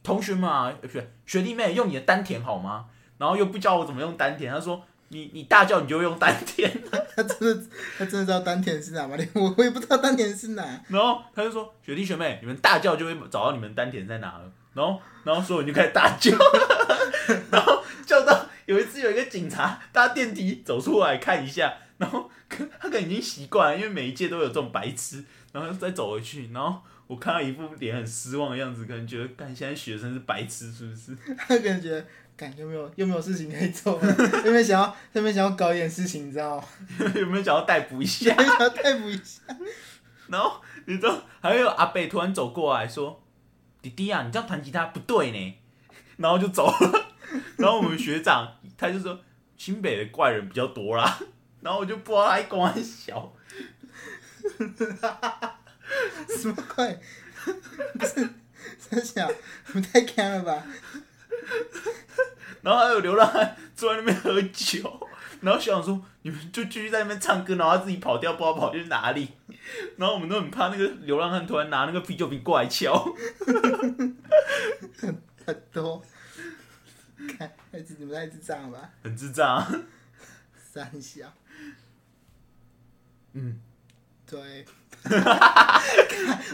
同学们啊，呃不是学弟妹，用你的丹田好吗？然后又不教我怎么用丹田，他说你你大叫你就用丹田。
他真的他真的知道丹田是哪吗？连我我也不知道丹田是哪。
然后他就说：“学弟学妹，你们大叫就会找到你们丹田在哪了。”然后，然后所有人就开始大叫， 然后叫到有一次有一个警察搭电梯走出来看一下，然后可他可能已经习惯了，因为每一届都有这种白痴，然后再走回去，然后我看他一副脸很失望的样子，可能觉得干现在学生是白痴是不是？
他可能觉得，感又没有又没有事情可以做了，那边想要那边想要搞一点事情，你知道吗？
有没有想要逮捕一下？
那边想要逮捕一下。
然后你知道，还有阿贝突然走过来说：“弟弟啊，你这样弹吉他不对呢。” 然后就走了。然后我们学长他就说：“新北的怪人比较多啦。” 然后我就不知道他公安小，
什么鬼？不是，三小不太干了吧？
然后还有流浪汉坐在那边喝酒。然后学长说：“你们就继续在那边唱歌，然后他自己跑掉，不知道跑去哪里。” 然后我们都很怕那个流浪汉突然拿那个啤酒瓶过来敲。
很多，看，还是你们在智障吧？
很智障、 啊。
三小，
嗯，
对。 看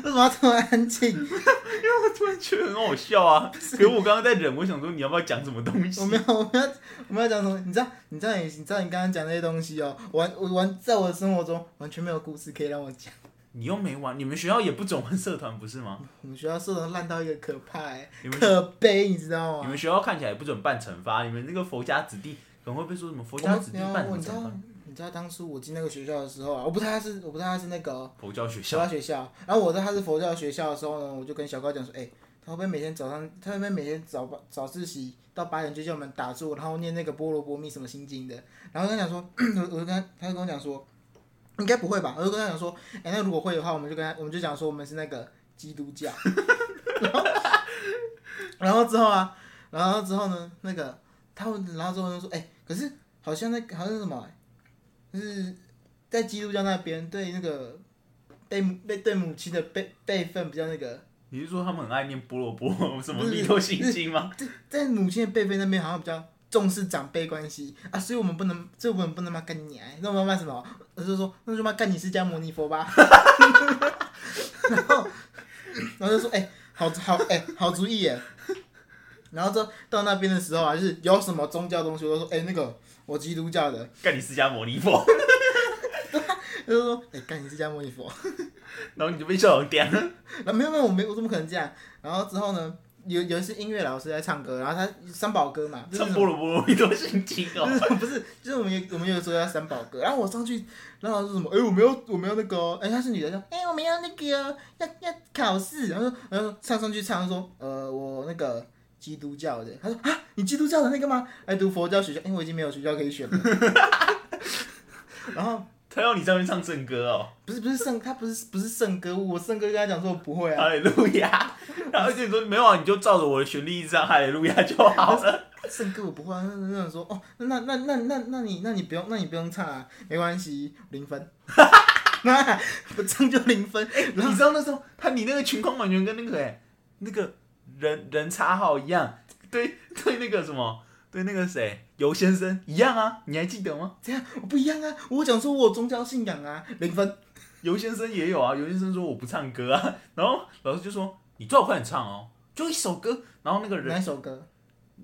为什么要这么安静？
我突然觉得很好笑啊！可是我刚刚在忍，我想说你要不要讲什么东 西？啊
我没有，我们要我们要讲什么？你知道，你知道你你知道你刚刚讲那些东西哦，完我完在我的生活中完全没有故事可以让我讲。
你又没玩，你们学校也不准玩社团不是 吗？
我们学校社团烂到一个可怕、欸
你，们
可悲，你知道
你
吗？
们学校看起来也不准办惩罚，你们那个佛家子弟可能会被说什么佛
我
家子弟
们
办什
我
么
你知
惩
道
罚？
你知道当初我进那个学校的时候啊，我不知道他是我不知道他是那个哦
佛教学
佛
校
教学校，然后我知道他是佛教学校的时候呢，我就跟小高讲说，哎、他会不会每天早上，他会不会每天早八早自习到八点就叫我们打坐，然后念那个菠萝波蜜什么心经的？然后跟他讲说， 我我就跟他，他就跟我讲说，应该不会吧？我就跟他讲说，哎、那如果会的话，我们就跟他，我们就讲说我们是那个基督教。 然后，然后之后啊，然后之后呢，那个他们，然后之后就说，哎、可是好像那个好像是什么、哎就是在基督教那边对那个被母被对母亲的辈辈分比较那个。
你是说他们很爱念菠萝波什么
不是
弥陀心经吗？
在在母亲的辈分那边好像比较重视长辈关系啊，所以我们不能，所以我们不能骂干你娘，那我们骂什么？我就说那就骂干你释迦牟尼佛吧。 然后然后就说哎、好好哎、好主意耶。然后之后到那边的时候啊，就是有什么宗教东西，我就说哎、那个我基督教的，
干你释迦牟尼佛，
他就说哎、干你释迦牟尼佛。
然后你就被校 长点了。
啊，没有没有，我没我怎么可能这样？然后之后呢，有有一次音乐老师在唱歌，然后他三宝歌嘛，就是
唱菠萝波弥陀心经哦，
就是 不是，就是我们有我们有时候要三宝哥，然后我上去，然后说什么，哎、我们要我们要那个哦、哎、她是女的，说，哎、我们要那个哦要要考试，然后说然后说唱上去唱说，呃，我那个基督教的，他说啊，你基督教的那个吗？来读佛教学校，因、为我已经没有学校可以选了。 然后
他要你上去唱圣歌哦，
不是不是圣，他不是不是圣歌，我圣歌跟他讲说我不会啊，
哈利路亚。 然后就你说没有啊，你就照着我的旋律一直唱哈利路亚就好了。
圣歌我不会、啊，那那种说哦，那那那那那你那你不用，那你不用唱啊，没关系，零分。 那不唱就零分，然
你
后
知道那时候他你那个情况完全跟那个哎、那个人人叉号一样，对对那个什么对那个谁尤先生一样啊，你还记得吗？
这样我不一样啊，我讲说我有宗教信仰啊，零分。
尤先生也有啊，尤先生说我不唱歌啊，然后老师就说你最好快点唱哦，就一首歌，然后那个人
哪一首歌？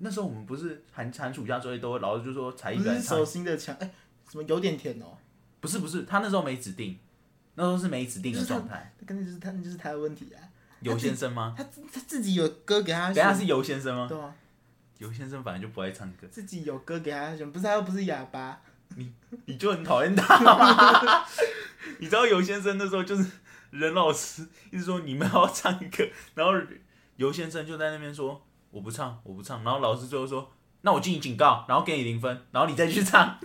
那时候我们不是寒寒暑假作业都会老师就说才艺
不
表
是
演，
手心的墙，哎、什么有点甜哦，
不是不是，他那时候没指定，那时候是没指定
就
的
是他
状态。
那根本就是他，那就是他的问题啊。
尤先生吗？
他自他自己有歌给他
等
选
一，下是尤先生吗？
对啊，
尤先生本来就不爱唱歌，
自己有歌给他选，不是他又不是哑巴，
你就很讨厌他 吗你知道尤先生那时候就是任老师一直说你们要唱歌，然后尤先生就在那边说我不唱，我不唱，然后老师最后说那我进行警告，然后给你零分，然后你再去唱，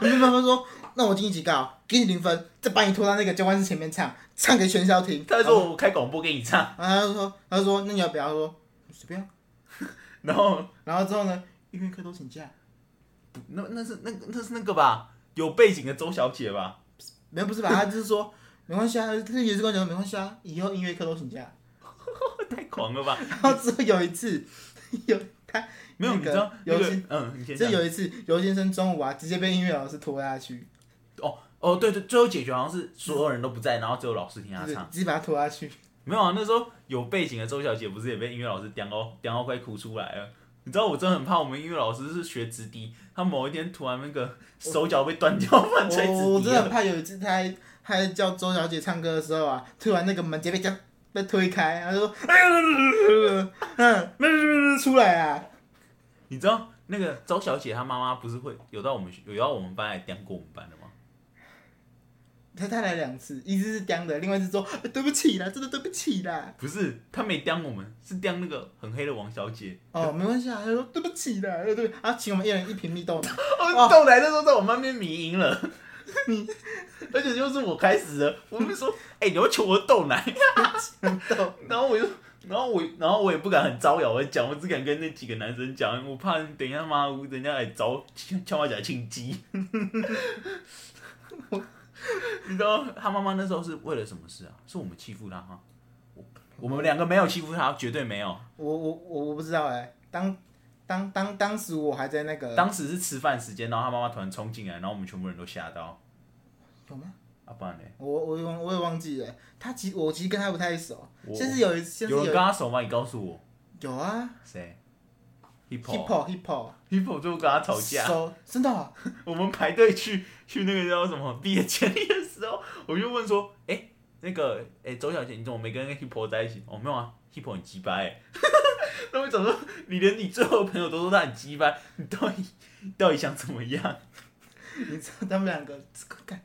你没办法说，那我进一起告，给你零分，再把你拖到那个教官室前面唱，唱给全校听。哦
他说我开广播给你唱，
然后他就说，他就说那你要不要？他说随便啊。
然后
然后之后呢，音乐课都请假，
那那是那个那是那个吧，有背景的周小姐吧，
没有不是吧？ 他就是说没关系啊，自己也是跟我讲说没关系啊，以后音乐课都请假。
太狂了吧？
然后之后有一次， 有他
没有，
那
你
个
知道那
尤
个
先
嗯，你先
这
讲。
有一次尤先生中午啊，直接被音乐老师拖下去，
哦哦，对对，最后解决好像是所有人都不在，然后只有老师听他
就是
唱。
直接把他拖下去。
没有啊，那时候有背景的周小姐不是也被音乐老师刁到刁到快哭出来了。你知道我真的很怕我们音乐老师是学直笛，他某一天突然那个手脚被断掉， 换
我
吹直
哦我
笛啊
真的
了。
很怕有一次他还他还叫周小姐唱歌的时候啊，突然那个门直接被这样被推开，然后就说， 哎呦嗯，嗯出来啊！
你知道那个周小姐她妈妈不是会有到我们学有到我们班来刁过我们班的吗？
他他来两次，一次是刁的，另外一次说、哎对不起啦，真的对不起啦。
不是，她没刁我们，是刁那个很黑的王小姐。
哦，没关系啊，他说对不起啦，对对，啊，请我们一人一瓶绿豆奶。
哦，豆奶那时候在我们那边迷赢 了，而且就是我开始的，我们 说，哎、你要求我 豆奶，然后我就，然后我，然后我也不敢很招摇我讲，我只敢跟那几个男生讲，我怕等一下妈人家来找敲我脚庆 鸡。你知道他妈妈那时候是为了什么事啊？是我们欺负他吗？我我们两个没有欺负他，绝对没有。
我我我我不知道哎、当当当当时我还在那个
当时是吃饭时间，然后他妈妈突然冲进来，然后我们全部人都吓到。
有吗？
啊，不然呢？
我我也忘我也忘记了，他其我其实跟他不太熟，
我
先是有一先是
有人
有
跟他熟吗？你告诉我，
有啊
谁？hippo
，hippo hippo。
hippo 就跟他吵架。
手真的哦、
我们排队去去那个叫什么 毕业典礼 E 的时候，我就问说，哎、那个哎、周小姐，你怎么没跟那个 hippo 在一起？哦，没有啊，hippo 很鸡掰、 欸。那我想说，你连你最后的朋友都说他很鸡掰，你到底你到底想怎么样？
你知道他们两个看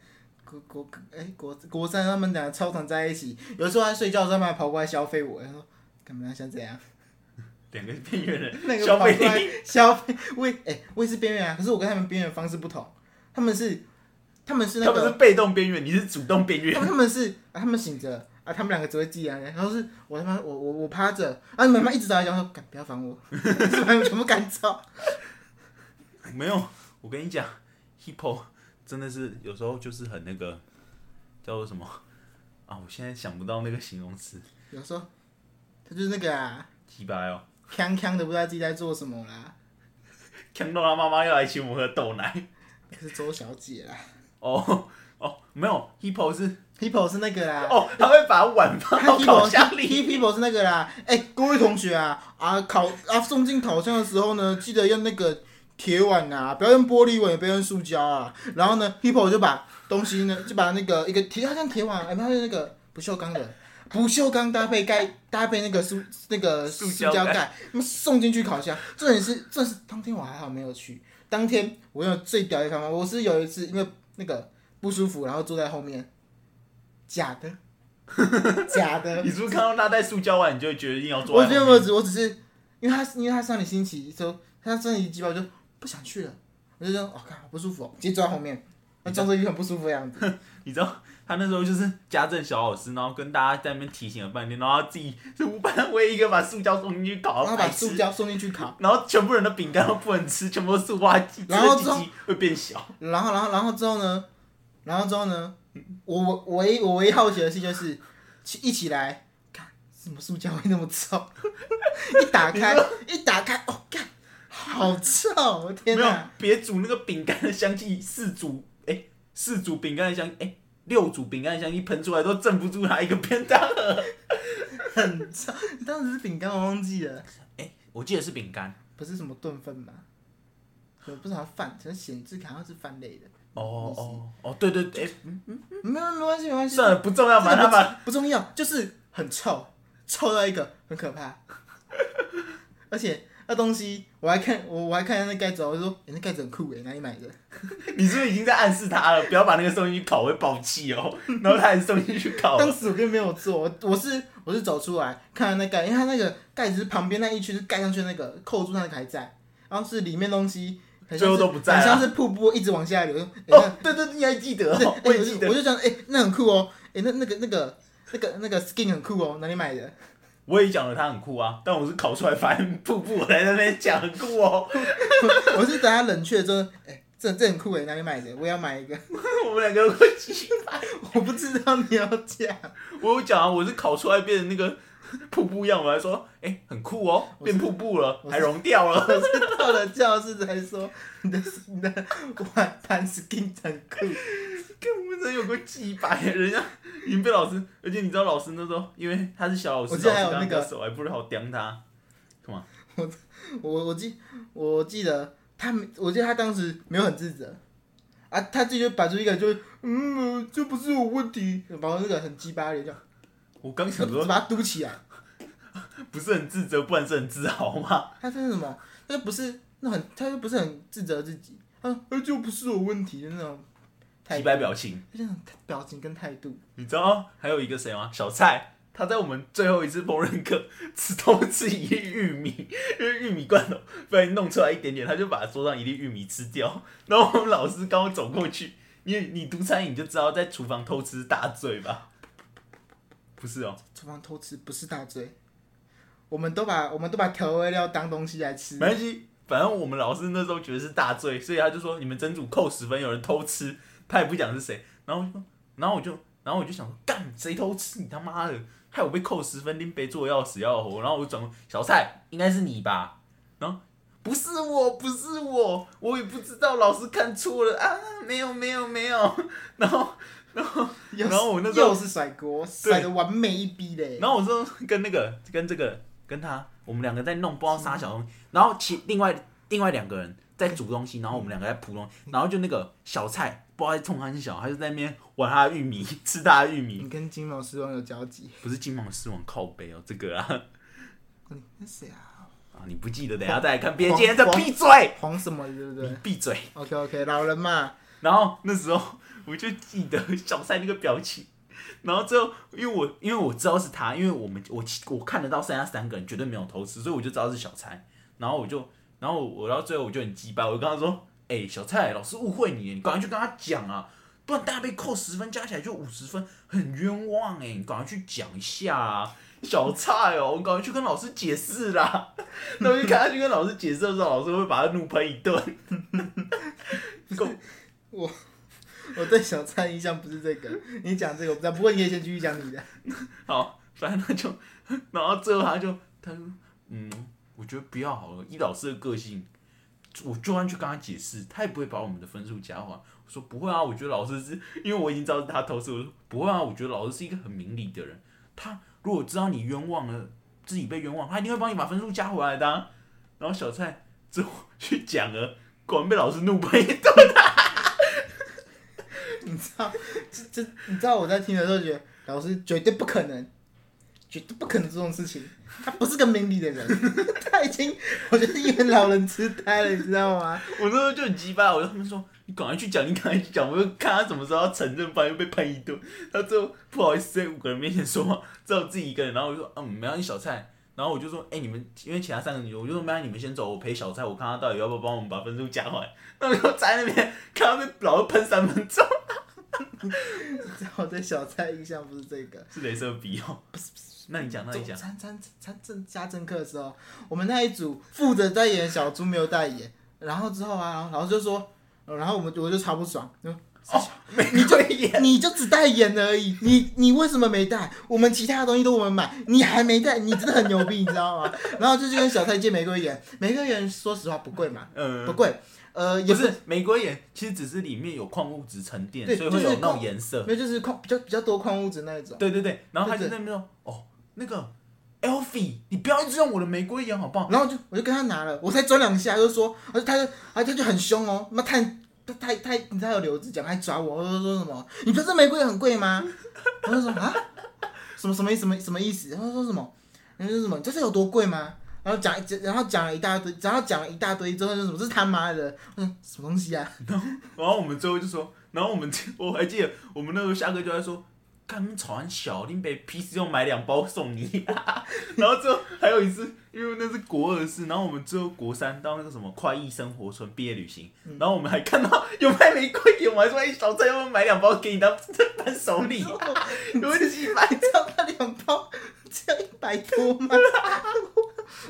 国国哎、国国三他们两个超常在一起，有时候他睡觉的时候他们还跑过来消费我，他说干嘛想怎样？
两个边缘人，
那个
消
跑过
费
来 消费我也哎、我也是边缘啊，可是我跟他们边缘方式不同，他们是他们是那
他们
个
是被动边缘，你是主动边
他
缘。
们他们是、啊、他们醒着啊，他们两个只会自己来，然后是我他妈我我我趴着啊，你妈妈一直找来讲说敢不要烦我， 是把你们全部赶走，
没有，我跟你讲，hippo 真的是有时候就是很那个叫做什么啊？我现在想不到那个形容词，
有时候他就是那个啊，
鸡巴哦，
康康的不知道自己在做什么啦。
看到他妈妈要来请我们喝豆奶
可是周小姐啦
哦哦，没有，hippo 是
，Hippo 是那个啊啦。
哦，他会把碗放到烤
哦
箱里。
Hippo 是那个啦。哎、各位同学啊，啊烤啊送进烤箱的时候呢，记得用那个铁碗啊，不要用玻璃碗，也不要用塑胶啊。然后呢，Hippo 就把东西呢，就把那个一个铁，它像铁碗，哎、它是那个不锈钢的。不锈钢搭配盖搭配那个塑那个
塑
塑
胶
胶
盖
盖，那么送进去烤箱。重点是，这是当天我还好没有去。当天我用最屌的方法，我是有一次因为那个不舒服，然后坐在后面，假的， 假 的
你。是不是看到他带塑胶碗，你就会决定要做？
我觉得我只我只是，因为他因为他上个星期说他上星期鸡巴，我就不想去了，我就说我靠、好不舒服、哦，直接坐在后面，那装作一副很不舒服的样子。
你知道他那时候就是家政小老师，然后跟大家在那边提醒了半天，然后他自己是无班唯一一个把塑胶送进去
然
烤，
后
白
把
痴
塑胶送进去烤，
然后全部人的饼干都不能吃，全部都是挖机，
然后
这
之
个
后
鸡鸡会变小。
然后然后然后之后呢，然后之后呢，我我我唯一我唯一好奇的事就是，起一起来，看什么塑胶会那么臭， 一打开一打开，哦干，好臭！我
没
天
有
哪！，
别煮那个饼干的香气，四组哎、四组饼干的香哎、六组饼干的香气喷出来都镇不住它一个便当 盒。
很臭，当时是饼干我忘记了，
哎、我记得是饼干，
不是什么炖饭嘛，对不是好像饭，可能显字好像是饭类的。
哦哦哦，对对对，
没有没关系没关
哎
系，
算了，不重要，反正他把
这个不重要，就是很臭，臭到一个很可怕。 而且那东西我还看我我还看那盖子，我就说，哎、那盖子很酷哎，哪里买的？
你是不是已经在暗示他了？不要把那个送进去烤，会爆 气哦。然后他还送进去烤了，
当时我并没有做，我我是我是走出来看到那盖，因为它那个盖子是旁边那一区是盖上去的那个扣住那个还在，然后是里面东西很像
最
是
后都不在啊
很像是瀑布一直往下流。诶
哦，对对，对你还记得
那
哦？
对
我
诶
也
我
记
就
得
我，就想，哎、那很酷哦，哎、那那个那个那个那个 skin 很酷哦，哪里买 的？
我也讲了他很酷啊，但我是烤出来发现瀑布，我在那边讲很酷哦。
我是等它冷却之后，哎、这这很酷哎，哪里买的？我也要买一个。
我们两个会继续，
我不知道你要讲，
我有讲啊，我是烤出来变成那个 瀑布样，我还说，哎、很酷哦，
我是
变瀑布了，
我是
还融掉了。
我是到了教室才说你的你的碗盘 skin 很酷。
跟我们真有个鸡掰，人家已经被老师，而且你知道老师那时候，因为他是小老师，
我记得还有
老师刚
那个
刚手还不好刁他，
我我记我记得他没，我记得他当时没有很自责，啊，他自己就摆出一个就是嗯，这不是我问题，然后那个很鸡巴的脸，就
我刚想 说
把他嘟起来。
不是很自责，不然是很自豪嘛。
他是什么？他就不是那很，他就不是很自责自己，他说呃，就不是我问题的那种态
鸡
度，
掰表情，
就那种表情跟态度。
你知道还有一个谁吗？小蔡。他在我们最后一次烹饪课吃偷吃一粒玉米，因为玉米罐头不然弄出来一点点，他就把桌上一粒玉米吃掉。然后我们老师刚好走过去，你你读餐饮就知道在厨房偷吃大罪吧？不是哦，
厨房偷吃不是大罪，我们都把我们都把调味料当东西来吃
没。关系，反正我们老师那时候觉得是大罪，所以他就说你们整组扣十分，有人偷吃，他也不讲是谁。然后我就说，然后我就，然后我就想说，干谁偷吃你他妈的，害我被扣十分，拎杯做要死要活。然后我就转过小蔡，应该是你吧？然后不是我，不是我，我也不知道，老师看错了啊，没有没有没有。 然后
又是
然后我那时候
又是甩锅，甩的完美一逼嘞。
然后我说跟那个跟这个跟他，我们两个在弄不知道啥小东西，然后其另外另外两个人在煮东西，然后我们两个在扑东西，然后就那个小菜不知道在冲他是小，他就在那边玩他的玉米， 吃他的玉米，
你跟金毛狮王有交集？
不是金毛狮王靠背哦，这个啊
你那谁啊？
啊你不记得，等一下再来看，别人
黄
今天在
黄
闭嘴，
黄什么的，对不
你
对
闭嘴。
？OK OK，老人嘛，
然后那时候我就记得小赛那个表情，然后最后因为我因为我知道是他，因为我们我我看得到剩下三个人绝对没有偷吃，所以我就知道是小蔡。然后我就然后我到最后我就很鸡巴，我就跟他说：“哎、小蔡，老师误会你，你赶快去跟他讲啊，不然大家被扣十分，加起来就五十分，很冤枉哎、你赶快去讲一下啊。”小蔡哦，我赶快去跟老师解释啦。 然后我就看他去跟老师解释的时候，老师会把他怒喷一顿。
我对小蔡印象不是这个。你讲这个我不知道，不过你可以先继续讲你的。
好，反正他就，然后最后他就，他就，嗯，我觉得不要好了。以老师的个性，我就算去跟他解释，他也不会把我们的分数加还。我说不会啊，我觉得老师是因为我已经知道是他投诉，我说不会啊，我觉得老师是一个很明理的人。他如果知道你冤枉了，自己被冤枉，他一定会帮你把分数加回来的啊、然后小蔡最后去讲了，果然被老师怒喷一顿。
你知道，这这，你知道我在听的时候觉得，老师绝对不可能，绝对不可能这种事情。他不是个明理的人， 他已经，我觉得一个老人痴呆了，你知道吗？
我那时候就很鸡巴，我就他们说你赶快去讲，你赶快去讲，我就看他什么时候要承认，不然又被喷一顿。他最后不好意思在五个人面前说话，只有自己一个人，然后我就说嗯，没关系，小蔡。然后我就说，哎、你们因为其他三个女，我就说没关系，你们先走，我陪小蔡，我看他到底要不要帮我们把分数加回来。那我就在那边看他被老师喷三分钟，
你知道我对小蔡印象不是这个。
是镭射笔哦。那你讲，那你讲，
参参参政家政课的时候，我们那一组负责代言小猪没有代言，然后之后啊，老师就说，呃然后我们我就超不爽，就 说
哦，你就演，
你就只代言而已，你你为什么没带？我们其他的东西都我们买，你还没带，你真的很牛逼，你知道吗？ 然后就去跟小蔡借玫瑰园，玫瑰园说实话不贵嘛，
嗯、
不贵，呃，也
不是玫瑰眼，其实只是里面有矿物质沉淀，
对
所以
就是
会有那种
矿
颜色。
没有就是矿比较比较多矿物质那一种，
对对对，然后他就
对
在那边说，哦，那个 Alfie，你不要一直用我的玫瑰盐好不好？
然后我就我就跟他拿了，我才转两下就说，而且他就啊他就很凶哦，妈太他太太你太有留子讲，还抓我，我就说什么？你不是玫瑰很贵吗？我就说啊，什么什么什么什么意思？然后说什么？然后说什么？这是有多贵吗？然后讲然后讲了一大堆，然后讲了一大堆之后就什么？这是他妈的，我说什么东西啊？
然后我们最后就说，然后我们我还记得我们那时候下课就在说，干你们吵很小，林北平时用买两包送你、 然后最后还有一次，因为那是国二是，然后我们最后国三到那个什么快意生活村毕业旅行，然后我们还看到有卖玫瑰给我们还说哎小蔡要不要买两包给你当伴手礼、 啊，有一起买
你知道那两包只要一百多吗？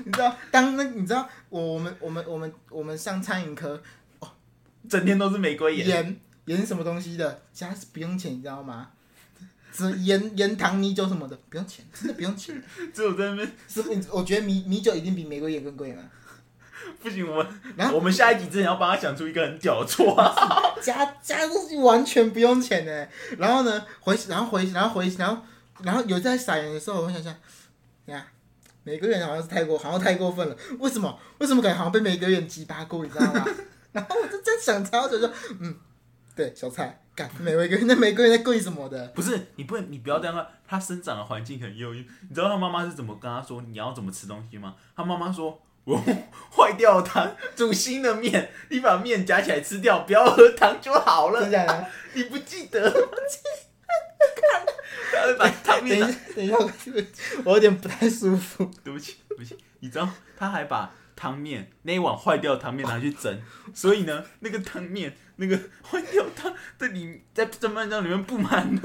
你知道当那你知道我我们我们我们我们上餐饮科，
整天都是玫瑰盐，
盐盐是什么东西的，加是不用钱，你知道吗？什么盐盐糖米酒什么的不用钱，真的不用钱。
只有在那边
是不是，我觉得米米酒一定比玫瑰盐更贵嘛。
不行，我们
然后
我们下一集真的要帮他想出一个很屌的啊绰号，
加加东西完全不用钱呢。然后呢，回然后回然后回然后然后有在撒盐的时候，我想想，呀，玫瑰盐好像是太过好像太过分了，为什么为什么感觉好像被玫瑰盐击巴过，你知道吗？ 然后我就在想，然后就说，嗯，对，小蔡，干玫瑰园那玫瑰园在贵什么的？
不是，你不能，你不要这样看。他生长的环境很优越，你知道他妈妈是怎么跟他说你要怎么吃东西吗？他妈妈说：“我坏掉汤，煮新的面，你把面夹起来吃掉，不要喝汤就好
真的
了。
假的？”
你不记得？ 他会把汤
等一
面拿
下，等一下，我我有点不太舒服。
对不起，对不起，你知道他还把汤面那一碗坏掉的汤面拿去蒸，所以呢，那个汤面那个坏掉汤在里在蒸饭酱里面布满了。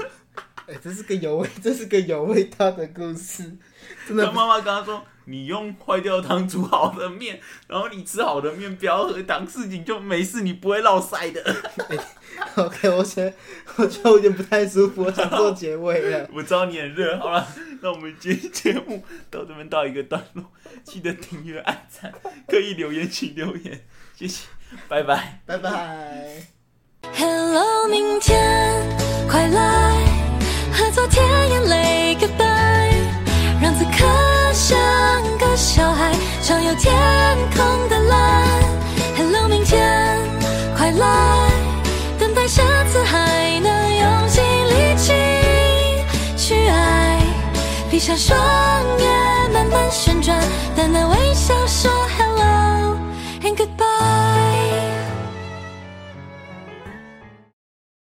哎、这是个有味，这是个有味道的故事，真
他
的。
妈妈跟他说：“你用坏掉的汤煮好的面，然后你吃好的面，不要喝汤，事情就没事，你不会落腮的。
OK，我觉得我觉得我有点不太舒服，我想做结尾了”。
我知道你很热，好了，那我们今天节目到这边到一个段落，记得订阅、按赞，可以留言请留言，谢谢，拜拜。
拜拜。
Hello，明天快来和昨天眼泪 goodbye，让此刻像个小孩，畅游天空的蓝。Hello，明天快来，等待下次还能用尽力气去爱，闭上双眼慢慢旋转，但那未